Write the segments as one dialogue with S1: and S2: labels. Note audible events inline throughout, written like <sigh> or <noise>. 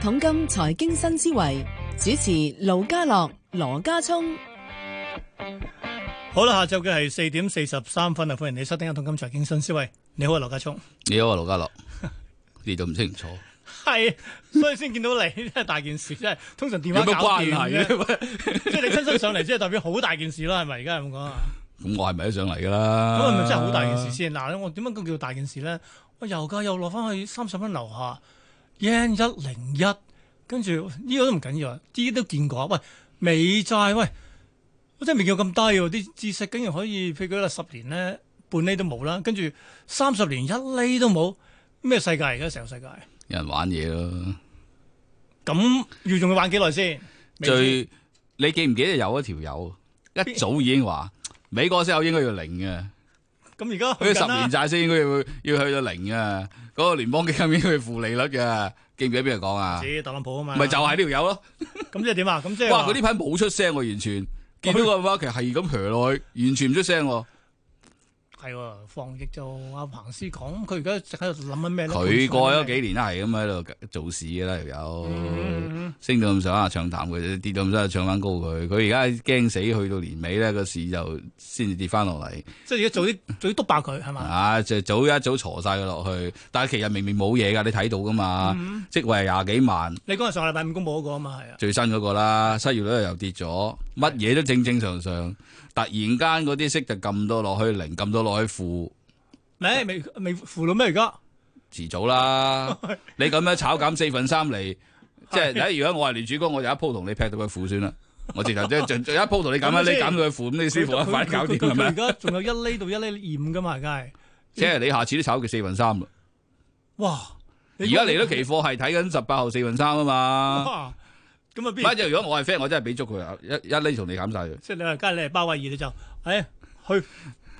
S1: 桶金財經新思維主持盧家樂、羅家聰。
S2: 好啦，下晝嘅係四點四十三分啊！歡迎你收聽《一桶金財經新思維》。你好啊，羅家聰。
S3: 你好啊，羅家樂， <laughs> 你就唔清楚，
S2: 係，所以先見到你， <laughs> 真係大件事，真係通常電話搞掂啫即係你親身上嚟，即係代表好大件事啦，係咪？而家係咁講啊？
S3: <laughs> 咁我係咪都上嚟㗎啦？
S2: 咁係咪真係好大件
S3: 啊
S2: 事先？嗱，我點樣叫做大件事咧？我油價又落翻去三十蚊樓下，yen 一零一，跟住呢個都唔緊要啊，啲都見過啊。喂，美債喂，我真係未見過咁低喎，啲知識竟然可以，譬如舉例十年咧半厘都冇啦，跟住三十年一厘都冇，咩世界而家成個世界？
S3: 有人玩嘢咯。
S2: 咁要仲要玩幾耐先？未知
S3: 最你記唔記得有一條友一早已經話美國息口應該要零嘅，
S2: 咁而家去
S3: 佢十
S2: 緊啦
S3: 年，債先應該要要去到零嘅，嗰、個聯邦基金應該要負利率嘅，記唔記得邊人講啊？
S2: 指特朗普啊嘛，
S3: 咪就係呢條友咯。
S2: 咁即係點啊？咁即係
S3: 哇！
S2: 話
S3: 佢呢排冇出聲喎，完全見到個 market 係咁鋤落去，完全唔出聲喎。
S2: 係喎，防疫就阿彭斯講，佢而家直喺度諗緊咩咧？
S3: 佢過咗幾年啦，係咁喺度做事嘅啦，條友。
S2: 嗯，
S3: 升到咁上下唱淡佢，跌到咁上下唱翻高佢。佢而家驚死，去到年尾咧個市就先至跌翻落嚟。
S2: 即係而家早啲早啲督爆佢係嘛？
S3: 啊，就早一早挫晒佢落去。但係其實明明冇嘢㗎，你睇到㗎嘛。
S2: 嗯
S3: 職位係廿幾萬，
S2: 你嗰陣上個禮拜五公佈嗰個啊嘛，
S3: <laughs>
S2: 係啊，
S3: 最新嗰個啦，失業率又跌咗，乜嘢都正正常常。突然間嗰啲息就撳到落去零，撳到落去負，
S2: 未未未負到咩而家？
S3: 遲早 <laughs> 啦。你咁樣炒減四分三厘，即係如果我係聯主公，我就一鋪同你劈到佢負算啦。我 <laughs> 直頭即係就一鋪同你減
S2: 咁
S3: 啦，你
S2: 即係
S3: 減到佢負，咁你舒服啊，
S2: 佢
S3: 快啲搞掂係
S2: 佢佢
S3: 咪
S2: 而？家仲有一厘到一厘二五噶嘛，而家係
S3: 即係你下次都炒佢四分三啦。
S2: 哇！
S3: 而家嚟到期貨係睇緊十八號四分三啊 <laughs> 嘛。
S2: <laughs> 哇咁啊，
S3: 反
S2: 邊
S3: 正如果我係 friend，我真係俾足佢啊，一一厘同你減晒佢，
S2: 即係你話，梗係你係鮑威爾你就誒去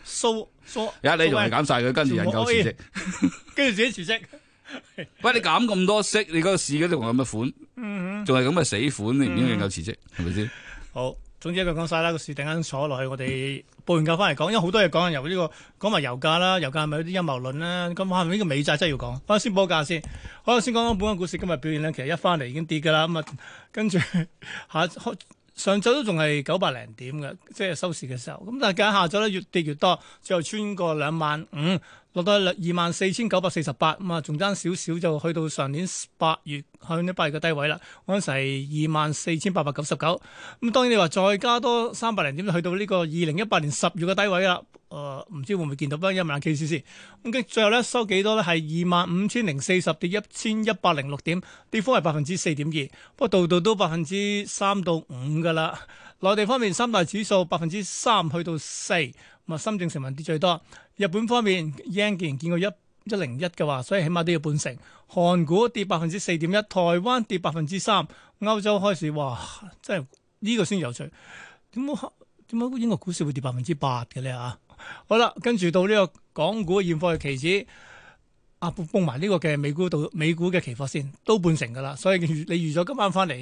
S2: 蘇蘇，
S3: 一厘同你減晒佢，跟住引咎辭職。
S2: 跟住自己辭職。
S3: 喂，你減咁多息，你嗰個市嗰度仲咁嘅款，仲係咁嘅死款，你唔應該引咎辭職，係咪先？
S2: 好，總之一句講晒啦，個市突然間坐落去，我哋報完價翻嚟講，因為好多嘢講，由呢、個講埋油價啦，油價係咪有啲陰謀論啦？咁係咪呢個美債真係要講？我先報個價先。好，先講講本港股市今日表現咧，其實一翻嚟已經跌㗎啦，咁啊，跟住下 <laughs> 開上晝都仲係九百零點嘅，即係收市嘅時候。咁但係緊下晝咧越跌越多，最後穿過兩萬五，落到二萬四千九百四十八，咁啊仲爭少少就去到上年八月去年八月嘅低位啦。嗰陣時係二萬四千八百九十九。咁當然你話再加多三百零點，去到呢個二零一八年十月嘅低位啦。誒、呃唔知會唔會見到不過一萬 K 先先。咁跟最後咧收幾多咧？係二萬五千零四十跌一千一百零六點，跌幅係百分之四點二。不過度度都百分之三到五㗎啦。內地方面，三大指數百分之三去到四，咁啊深證成分跌最多。日本方面，yen 既然見過一一零一嘅話，所以起碼都要半成。韓股跌百分之四點一，台灣跌百分之三。歐洲開市，哇！真係呢個先有趣。點解點解英國股市會跌百分之八嘅啊咧？嚇，好啦，跟住到呢個港股現貨嘅期指，啊，崩埋呢個嘅美股度美股嘅期貨先，都半成㗎啦。所以你預你預咗今晚翻嚟，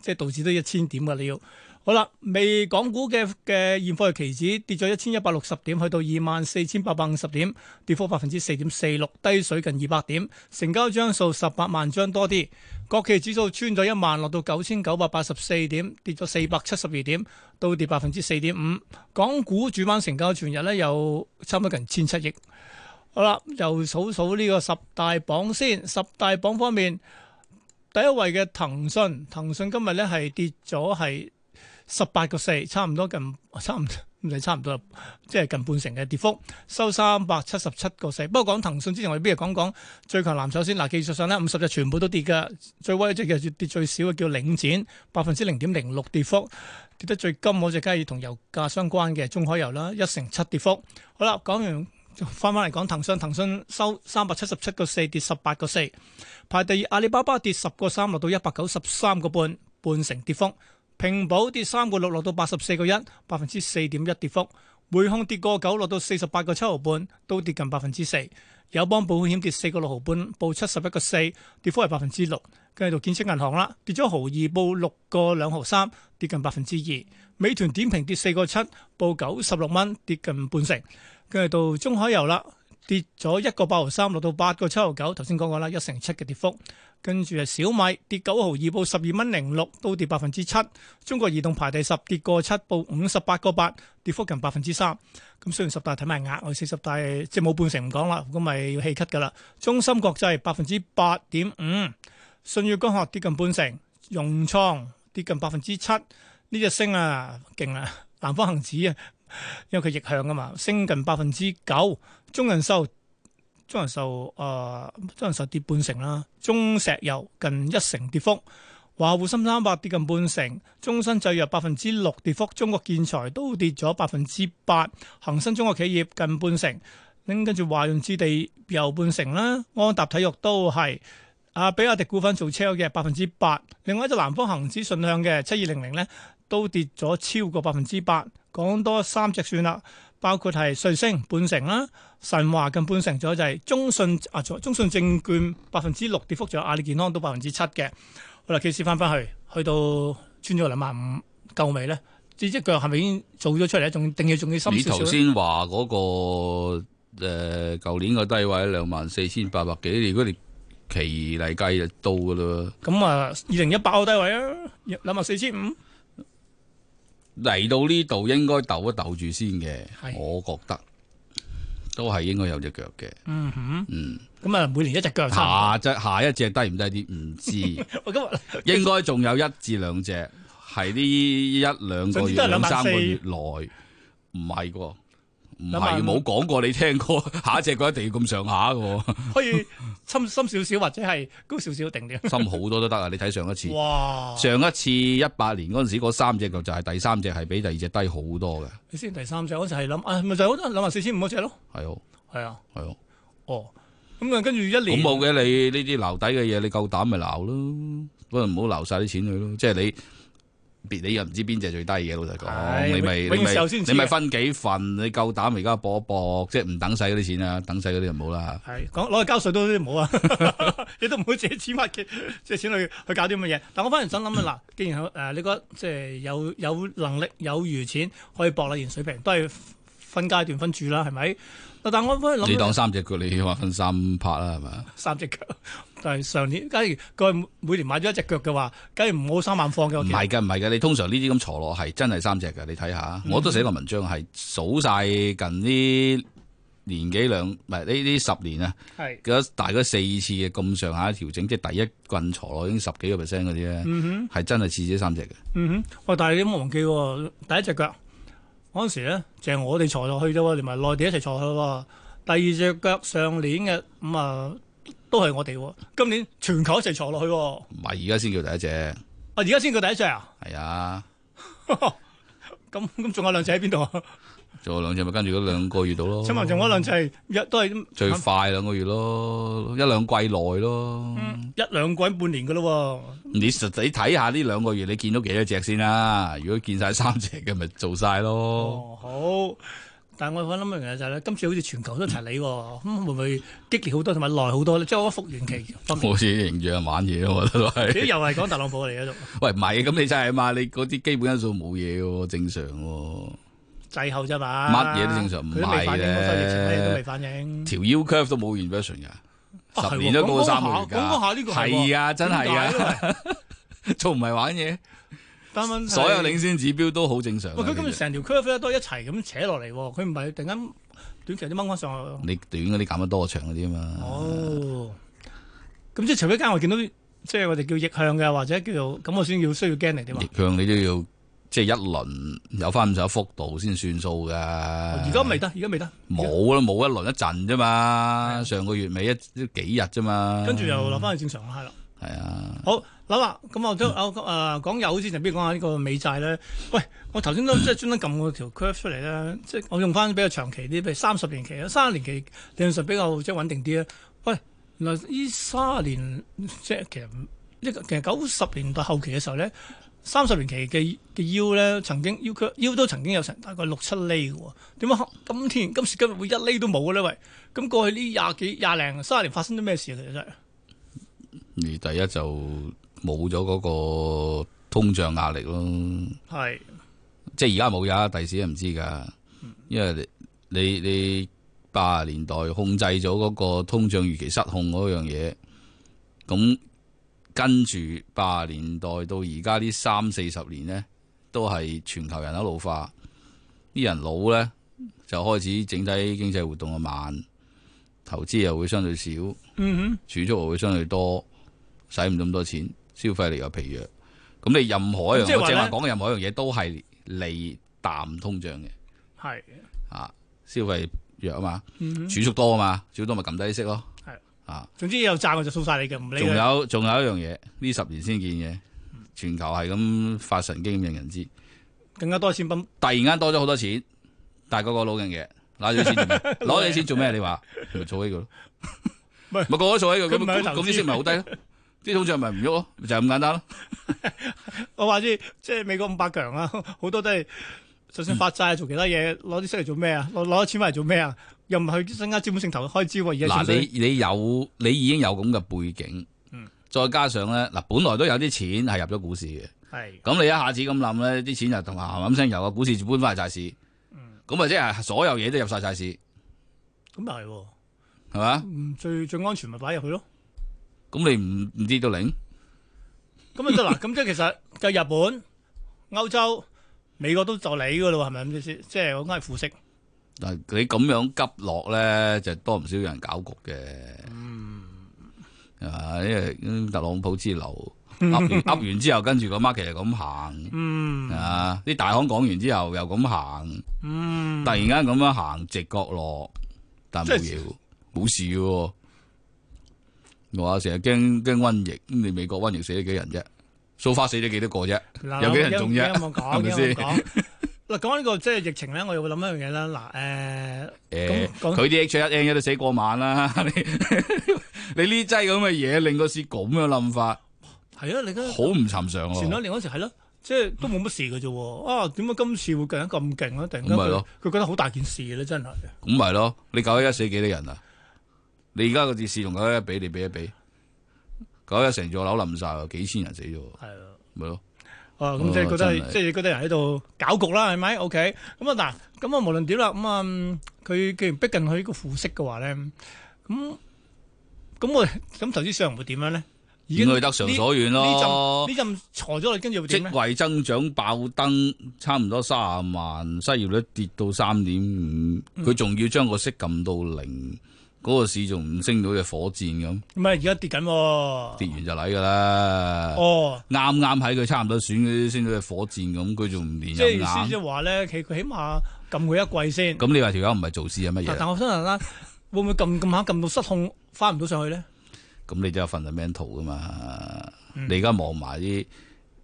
S2: 即係道指都一千點㗎，你要。好啦，未港股嘅嘅現貨嘅期指跌咗一千一百六十點，去到二萬四千八百五十點，跌幅百分之四點四六，低水近二百點，成交張數十八萬張多啲。國企指數穿咗一萬，落到九千九百八十四點，跌咗四百七十二點，都跌百分之四點五。港股主板成交全日咧有差唔多近千七億。好啦，又數數呢個十大榜先。十大榜方面，第一位嘅騰訊，騰訊今日咧係跌咗係十八個四，差唔多近差唔唔係差唔多 <laughs> 啦，即係近半成嘅跌幅，收三百七十七個四。不過講騰訊之前，我哋不如講講最強藍籌先。嗱，技術上咧，五十隻全部都跌嘅，最威即係跌最少嘅叫領展，百分之零點零六跌幅，跌得最金嗰只梗係同油價相關嘅中海油啦，一成七跌幅。好啦，講完。翻翻嚟講騰訊，騰訊收三百七十七個四，跌十八個四。排第二阿里巴巴跌十個三，落到一百九十三個半，半成跌幅。平保跌三個六，落到八十四個一，百分之四點一跌幅。匯控跌個九，落到四十八個七毫半，都跌近百分之四。友邦保險跌四個六毫半，報七十一個四，跌幅係百分之六。跟住到建設銀行啦，跌咗毫二，報六個兩毫三，跌近百分之二。美團點評跌四個七，報九十六蚊，跌近半成。跟住到中海油啦，跌咗一個八毫三，落到八個七毫九。頭先講過啦，一成七嘅跌幅。跟住係小米跌九毫二，報十二蚊零六，都跌百分之七。中國移動排第十，跌過七，報五十八個八，跌幅近百分之三。咁雖然十大睇埋額外四十大，即係冇半成唔講啦，咁咪要氣咳噶啦。中芯國際百分之八點五，舜宇光學跌近半成，融創跌近百分之七，呢只升啊，勁啦！南方恒指啊，因為佢逆向啊嘛，升近百分之九。中人壽中人壽啊、中人壽跌半成啦，中石油近一成跌幅，華滬深三百跌近半成，中生製藥百分之六跌幅，中國建材都跌咗百分之八，恒生中國企業近半成，咁跟住華潤置地又半成啦，安踏體育都係。啊，比亞迪股份做車嘅百分之八，另外一隻南方恒指順向嘅七二零零咧都跌咗超過百分之八，講多三隻算啦，包括係瑞聲半成啦，神華近半成咗就係中信啊，中信證券百分之六跌幅，仲有阿里健康都百分之七嘅。好啦，期市翻翻去，去到穿咗兩萬五，夠未咧？呢只腳係咪已經做咗出嚟？仲定要仲要深
S3: 你
S2: 少少
S3: 頭
S2: 呢？
S3: 先話嗰個誒舊年個低位兩萬四千八百幾，如果你期嚟計就到噶啦，
S2: 咁啊，二零一八個低位啊，兩萬四千五。
S3: 嚟到呢度應該鬥一鬥住先嘅
S2: 係，
S3: 我覺得都係應該有隻腳嘅。
S2: 嗯哼，
S3: 嗯，
S2: 咁啊，每年一隻腳差唔 <laughs> 啊
S3: 下隻下一隻低唔低啲唔知，
S2: 多。我今日。
S3: 應該仲有一至兩隻係呢一兩個
S2: 總之
S3: 月
S2: 都係
S3: 兩
S2: 兩萬
S3: 三個
S2: 四
S3: 月內，唔係喎，唔
S2: 兩萬
S3: 係
S2: 五
S3: 冇講過你聽過， <laughs> 下一隻佢一定要咁上下嘅喎。
S2: 可以深深少少或者係高少少
S3: <laughs>
S2: 定啲。
S3: 深好多都得啊！你睇上一次，
S2: 哇！
S3: 上一次一八年嗰陣時，嗰三隻腳就係第三隻係比第二隻低好多嘅，
S2: 你先第三隻嗰陣係諗，啊咪就係嗰陣兩萬四千五嗰只咯，
S3: 係哦，
S2: 係啊，
S3: 係哦。
S2: 哦，咁啊跟住一
S3: 咁
S2: 年
S3: 冇嘅，你呢啲撈底嘅嘢，你夠膽咪撈咯，不過唔好撈晒啲錢去咯。即係你別你又唔知邊只最低嘅，老
S2: 係
S3: 實講，你咪
S2: 永
S3: 你
S2: 永遠時候
S3: 咪
S2: 先知嘅啊
S3: 你咪分幾份，你夠膽而家搏一搏，即係唔等使嗰啲錢啊，等使嗰啲就唔好啦。
S2: 係講攞去交税都唔好啊， <laughs> 你都唔好借錢乜嘅， <laughs> 借錢去去搞啲咁嘅嘢。但我反而想諗啊，
S3: <laughs>
S2: 嗱，既然誒、呃你覺得即係有有能力有餘錢可以搏啦，現水平都係分階段分住啦，係咪？但但我反而諗啊
S3: 你當三隻腳，你話分三拍啦，係咪？
S2: 三隻腳，但係上年假如佢每年買咗一隻腳嘅話，梗係唔好三萬放嘅。我
S3: 唔
S2: 記得
S3: 係㗎，唔係㗎，你通常呢啲咁坐落係真係三隻㗎，你睇下，我都寫過文章係數晒近呢年幾兩，唔係呢呢十年啊，
S2: 係
S3: 嗰大概四次嘅咁上下調整，即係第一棍坐落已經十幾個 percent 嗰啲咧，係、真係似呢三隻嘅。
S2: 嗯哼，喂，但係你唔好忘記喎，第一隻腳嗰陣時咧，就係我哋坐落去啫喎，連埋內地一齊坐落去喎。第二隻腳上年嘅咁啊，都係我哋喎。今年全球一齊坐落去喎。
S3: 唔係而家先叫第一隻，
S2: 啊，而家先叫第一隻啊？
S3: 係啊，
S2: 咁咁仲有兩隻喺邊度啊？
S3: 做兩隻咪跟住嗰兩個月到咯，
S2: 請問仲有兩隻係一都係
S3: 哦最快兩個月咯，一兩季內咯。
S2: 一兩個人半年嘅咯
S3: 你實際睇下呢兩個月你見到幾多隻先啦？如果見晒三隻嘅，咪做晒
S2: 喎。
S3: 咯。
S2: 哦，好。但係我諗一樣嘢就係咧，今次好似全球都一齊
S3: <laughs>
S2: 理喎，咁會唔會激烈好多同埋耐好多咧？即係我覺得復原
S3: <laughs>
S2: 期方面，
S3: 我自己形象玩嘢，我覺得都
S2: 自己
S3: 係。 <laughs>
S2: 又係講特朗普嚟嗰度。
S3: 喂，唔係咁你真係嘛？你嗰啲基本因素冇嘢喎，正常喎。
S2: 滯後啫嘛，啊
S3: 乜嘢都正常唔
S2: 佢都 <laughs> 未反應，
S3: 係
S2: 嗰陣疫情乜嘢
S3: 嘅
S2: 都未反應。
S3: 條 U curve 都冇 inversion
S2: 啊
S3: 㗎，十年都高過三個月
S2: 係喎講講下講講下呢個
S3: 㗎。
S2: 係喎
S3: 係啊，真係
S2: 點解
S3: 啊，
S2: 咧，喂
S3: 仲唔係玩嘢？
S2: 但問題
S3: 所有領先指標都好正常
S2: 喂
S3: 㗎。
S2: 佢今日
S3: 其實
S2: 成條 curve 咧都一齊咁扯落嚟喎，佢唔係突然間短期啲掹翻上去。
S3: 你短嗰啲減得多，長嗰啲啊嘛。
S2: 哦，咁即係除非間我見到即係我哋叫逆向嘅，或者叫做咁，我先要需要驚你點啊
S3: 逆？向你都要即係一輪有翻咁上下幅度先算數㗎。
S2: 哦而
S3: 而
S2: 家未得，而家未得，
S3: 呃冇啦，冇一輪一陣啫嘛。上個月尾一幾日啫
S2: 啊
S3: 嘛。
S2: 跟住又落翻去正常啦，係啦。
S3: 係啊。
S2: 好諗啦，咁我都我誒講有先，就不如講下呢個美債咧。喂，我頭先都即係專登撳個條 curve 出嚟咧，即係我用翻比較長期啲，譬如三十年期啦，三十年期理論上比較即係穩定啲啦。喂，原來呢三十年即係其實呢個其實九十年代後期嘅時候咧，三十年期嘅嘅腰咧曾經腰 curve 腰都曾經有成大概六七厘嘅喎，點解今天今時今日會一厘都冇嘅咧？喂，咁過去呢廿幾廿零三十年發生咗咩事啊？其實真係
S3: 而第一就冇咗嗰個通脹壓力咯，
S2: 係
S3: 即係而家冇呀，第時都唔知㗎，因為你你你八十年代控制咗嗰個通脹預期失控嗰樣嘢，咁跟住八十年代到而家呢三四十年呢，都係全球人口老化，啲人老呢，就開始整體經濟活動啊慢，投資又會相對少，儲
S2: 嗯
S3: 蓄又會相對多，使唔到咁多錢，消費力又疲弱。咁你任何一樣，
S2: 咁即係
S3: 我
S2: 話
S3: 正
S2: 呢
S3: 話講嘅任何一樣嘢都係利淡通脹嘅。
S2: 哼，係，
S3: 啊，消費弱啊嘛，
S2: 嗯哼
S3: 儲蓄多啊嘛，儲蓄多咪撳低息咯。
S2: 係
S3: 啊，
S2: 總之有賺我就掃晒你嘅，唔理
S3: 仲
S2: 佢。
S3: 有仲有一樣嘢，呢十年先見嘅，全球係咁發神經咁人人知，
S2: 更加多錢泵，
S3: 突然間多咗好多錢，但係個個攞緊嘢，攞咗啲錢
S2: <laughs>
S3: 做咩？攞咗啲錢做咩？你話咪儲起佢咯，
S2: 唔係
S3: 咪個個都儲起佢，
S2: 佢唔係
S3: 咁
S2: 去投資
S3: 咁啲息咪好低咯，啲通脹咪唔喐咯，就係咁簡單咯。
S2: 我話知，即係美國五百強啊， <laughs> 好多都係就算發債啊做其他嘢，攞啲息嚟做咩啊？攞攞咗錢翻嚟做咩啊？又唔去增加資本性投開支喎？而家
S3: 嗱，
S2: 純
S3: 你
S2: 粹
S3: 你有你已經有咁嘅背景，
S2: 嗯
S3: 再加上咧嗱，本來都有啲錢係入咗股市嘅。
S2: 係
S3: 咁你一下子咁諗咧，啲錢就同埋冚聲由啊個股市搬翻去債市，咁啊即係所有嘢都入晒債市，
S2: 咁又係喎
S3: 係嘛？
S2: 嗯，最最安全咪擺入去咯。
S3: 咁你唔唔跌到零，
S2: 咁啊
S3: <laughs>
S2: 得啦，咁即係其實就日本、歐洲、美國都就你㗎咯喎，係咪咁先？即係我啱係負息。
S3: 但係你咁樣急落咧，就多唔少有人搞局嘅，
S2: 嗯
S3: 係嘛？因為嗯特朗普之
S2: <laughs>
S3: 流噏完噏完之後，跟住個 market 就咁行，
S2: 嗯
S3: 啊啲大行講完之後又咁行，
S2: 嗯，
S3: 突然間咁樣行直角落，但冇嘢喎，冇事嘅喎。我話成日驚驚瘟疫，咁你美國瘟疫死咗幾人啫？蘇花死咗幾多個啫？
S2: 嗱
S3: 有幾人中啫
S2: 有冇講？
S3: <laughs> 係咪
S2: 有冇
S3: 先
S2: 講？嗱，講呢個即係疫情咧，我又會諗一樣嘢啦。嗱，誒。
S3: 誒，
S2: 咁
S3: 佢啲 H1N1 都死過萬啦。 <laughs> 你你呢劑咁嘅嘢，令個市咁樣諗法，
S2: 係啊，你而家
S3: 好唔尋常
S2: 前兩
S3: 喎。
S2: 年嗰時係咯，即係都冇乜事嘅啫喎。啊，點解今次會突然間咁勁啊咧？突然間
S3: 咁咪
S2: 佢
S3: 咯
S2: 佢覺得好大件事嘅咧，真係。
S3: 咁咪咯，你九一一死幾多人啊？你而家個市同九一一比，你比一比，九一成座樓冧晒喎，幾千人死咗喎，
S2: 係啊。
S3: 咪咯。
S2: 啊，咁即係覺得
S3: 哦真係
S2: 係，即係覺得人喺度搞局啦，係咪？OK，咁啊嗱，咁啊無論點啦，咁啊嗯佢既然逼近佢呢個負息嘅話咧，咁咁我 <laughs> 咁投資市場會點樣咧？已經
S3: 應該得償所願
S2: 呢
S3: 咯。
S2: 呢陣呢陣挫咗落，跟住會點咧
S3: 職？位增長爆燈，差唔多三十萬，失業率跌到三點五，
S2: 嗯
S3: 佢仲要將個息撳到零，嗰、個市仲唔升到隻火箭咁，
S2: 唔係而家跌緊喎，
S3: 跌啊完就嚟噶啦。
S2: 哦，
S3: 啱啱喺佢差唔多選嗰啲升到隻火箭咁，佢仲唔連
S2: 即係
S3: 任
S2: 意思即
S3: 啊硬？
S2: 係話咧，佢佢起碼撳佢一季先。
S3: 咁你話條友唔係做事係乜
S2: 但
S3: 嘢？
S2: 但我想問啦，會唔會撳撳下撳到失控，翻唔到上去咧？
S3: 咁你都有 fundamental 噶嘛？
S2: 嗯
S3: 你而家望埋啲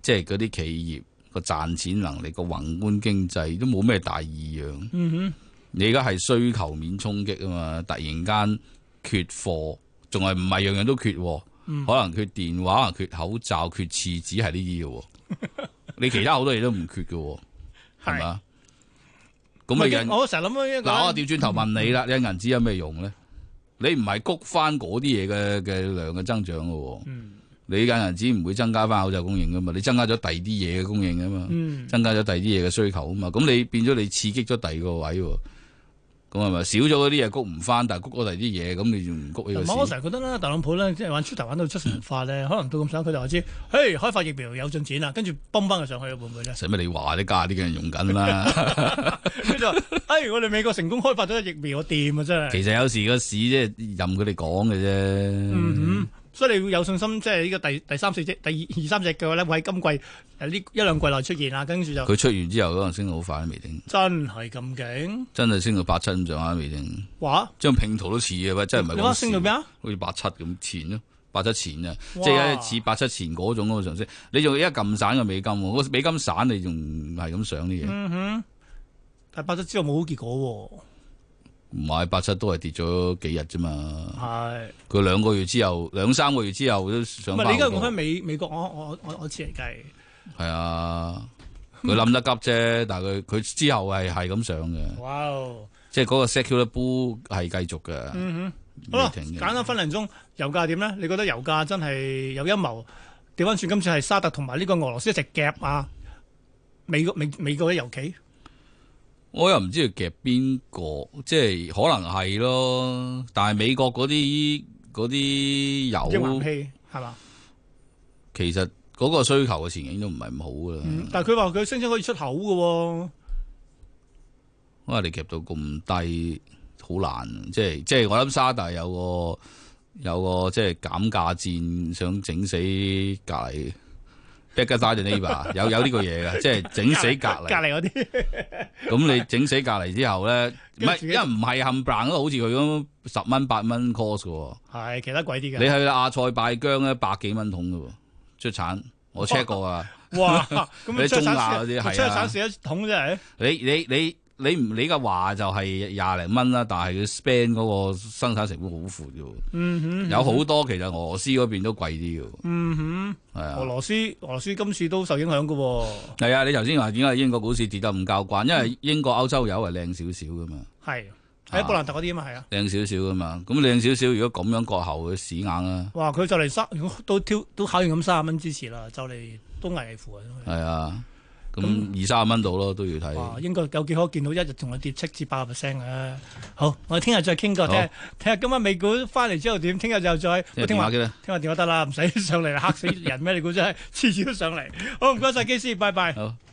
S3: 即係嗰啲企業個賺錢能力、個宏觀經濟都冇咩大異樣。
S2: 嗯
S3: 你而家係需求面衝擊啊嘛，突然間缺貨，仲係唔係樣樣都缺喎？
S2: 嗯
S3: 可能缺電話，可能缺口罩，缺廁紙係呢啲嘅喎。你其他好多嘢都唔缺嘅喎，
S2: 哼，
S3: 係咪
S2: 係。
S3: 啊？
S2: 唔
S3: 咁啊
S2: 係
S3: 人
S2: 嘅我成嗯日諗緊一個
S3: 嗱，我調轉頭問你啦，你銀紙有咩用咧？你唔係谷翻嗰啲嘢嘅嘅量嘅增長嘅喎，
S2: 嗯
S3: 你嘅銀紙唔會增加翻口罩供應噶嘛，你增加咗第二啲嘢嘅供應啊嘛。
S2: 嗯，
S3: 增加咗第二啲嘢嘅需求啊嘛，咁你變咗你刺激咗第二個位喎，咁係咪少咗嗰啲嘢谷唔翻，但係谷咗第二啲嘢，咁你仲唔谷呢
S2: 唔
S3: 個
S2: 係我
S3: 市？
S2: 成日覺得咧，特朗普咧即係玩出頭玩到出神入化
S3: 嗯
S2: 咧，可能到咁上下佢就話知，嘿開發疫苗有進展啦，跟住崩翻佢上去會唔會
S3: <laughs>？
S2: 咧
S3: 使乜你話啲家啲嘅人用
S2: <laughs>
S3: 緊啦？
S2: 跟住話，哎我哋美國成功開發咗疫苗，我掂啊真係。
S3: 其實有時個市即係任佢哋講嘅啫。
S2: 嗯哼，所以你會有信心，即係呢個第第三四隻、第二二三隻嘅咧，會喺今季誒呢一兩季內出現啦，啊跟住就
S3: 佢出完之後可能升到好快都未定，
S2: 真係咁勁，
S3: 真係升到八七咁上下都未定，
S2: 哇！
S3: 張拼圖都似嘅喂，真係唔係
S2: 你
S3: 講
S2: 話
S3: 笑
S2: 升到咩啊？
S3: 好似八七咁前咯，八七前啊，即
S2: 哇
S3: 係似八七前嗰種嗰個上升。你仲一撳散個美金喎，個美金散你仲唔係咁上啲嘢？
S2: 嗯哼，但係八七之後冇好結果
S3: 唔係八七都係跌咗幾日啫嘛
S2: 喎，。係。
S3: 佢兩個月之後，兩三個月之後都上
S2: 唔
S3: 翻
S2: 係你而家
S3: 好
S2: 用翻
S3: 多。
S2: 美美國我我我我次嚟計，
S3: 係啊，
S2: 嗯
S3: 佢諗得急啫，但係佢佢之後係係咁上嘅，
S2: 哇哦！
S3: 即係嗰個 secular bull 係繼續嘅。嗯
S2: 好啦，簡單分零鐘，油價點咧？你覺得油價真係有陰謀？調翻轉今次係沙特同埋呢個俄羅斯一直夾啊，美國美美國嘅油企
S3: 我又唔知佢夾邊個，即係可能係咯。但係美國嗰啲嗰啲
S2: 抑或唔
S3: 油，
S2: 氣係嘛？
S3: 其實嗰個需求嘅前景都唔係咁好噶啦。
S2: 嗯但係佢話佢聲稱可以出口嘅喎，
S3: 因為你夾到咁低，好難。啊即係即係我諗沙特有個有個即係減價戰，想整死隔離 back down the
S2: <laughs>
S3: neighbor，有有呢個嘢嘅，即係整死隔
S2: 隔
S3: 離。
S2: 離嗰啲 <laughs>
S3: 咁你整死隔離之後咧，唔
S2: 跟住
S3: 係
S2: 自
S3: 因
S2: 己
S3: 為唔係冚唪唥都好似佢咁十蚊八蚊 cost 嘅喎。
S2: 係其他貴啲
S3: 你
S2: 嘅。
S3: 去阿塞拜疆咧，百幾蚊桶嘅喎，出產我 check 過啊！ <laughs>
S2: 哇！
S3: 你
S2: 咁
S3: 中亞嗰啲係啊
S2: 出產市一桶真係
S3: 你你你你唔你嘅話就係廿零蚊啦，但係佢 span 嗰個生產成本好闊嘅喎，
S2: 嗯哼。
S3: 有好多其實俄羅斯嗰邊都貴啲嘅喎，
S2: 嗯
S3: 係
S2: 哼，俄
S3: 啊，
S2: 羅斯俄羅斯今次都受影響嘅喎，
S3: 係啊！你頭先話點解英國股市跌得咁交關，因
S2: 嗯
S3: 為英國歐洲油係靚少少嘅嘛，
S2: 係喺
S3: 啊
S2: 布蘭特嗰啲啊嘛，係啊，
S3: 靚少少嘅嘛，咁靚少少如果咁樣割喉，佢屎硬啦，
S2: 哇！佢就嚟三都挑都考驗咁三十蚊支持啦，就嚟都危乎啊！
S3: 係啊，咁二三十蚊到咯都要睇。
S2: 哇！英國有幾可見到一日同佢跌七至八個 percent 嘅。好，我哋聽日再傾過，睇下睇下今晚美股翻嚟之後點，聽日啊又再。
S3: 即係
S2: 聽
S3: 電話
S2: 話
S3: 機
S2: <laughs>
S3: 咧，
S2: 聽話電話得啦，唔使上嚟啦，嚇死人咩？你估真係次次都上嚟。好，唔該晒機師，拜拜。
S3: 好，拜拜。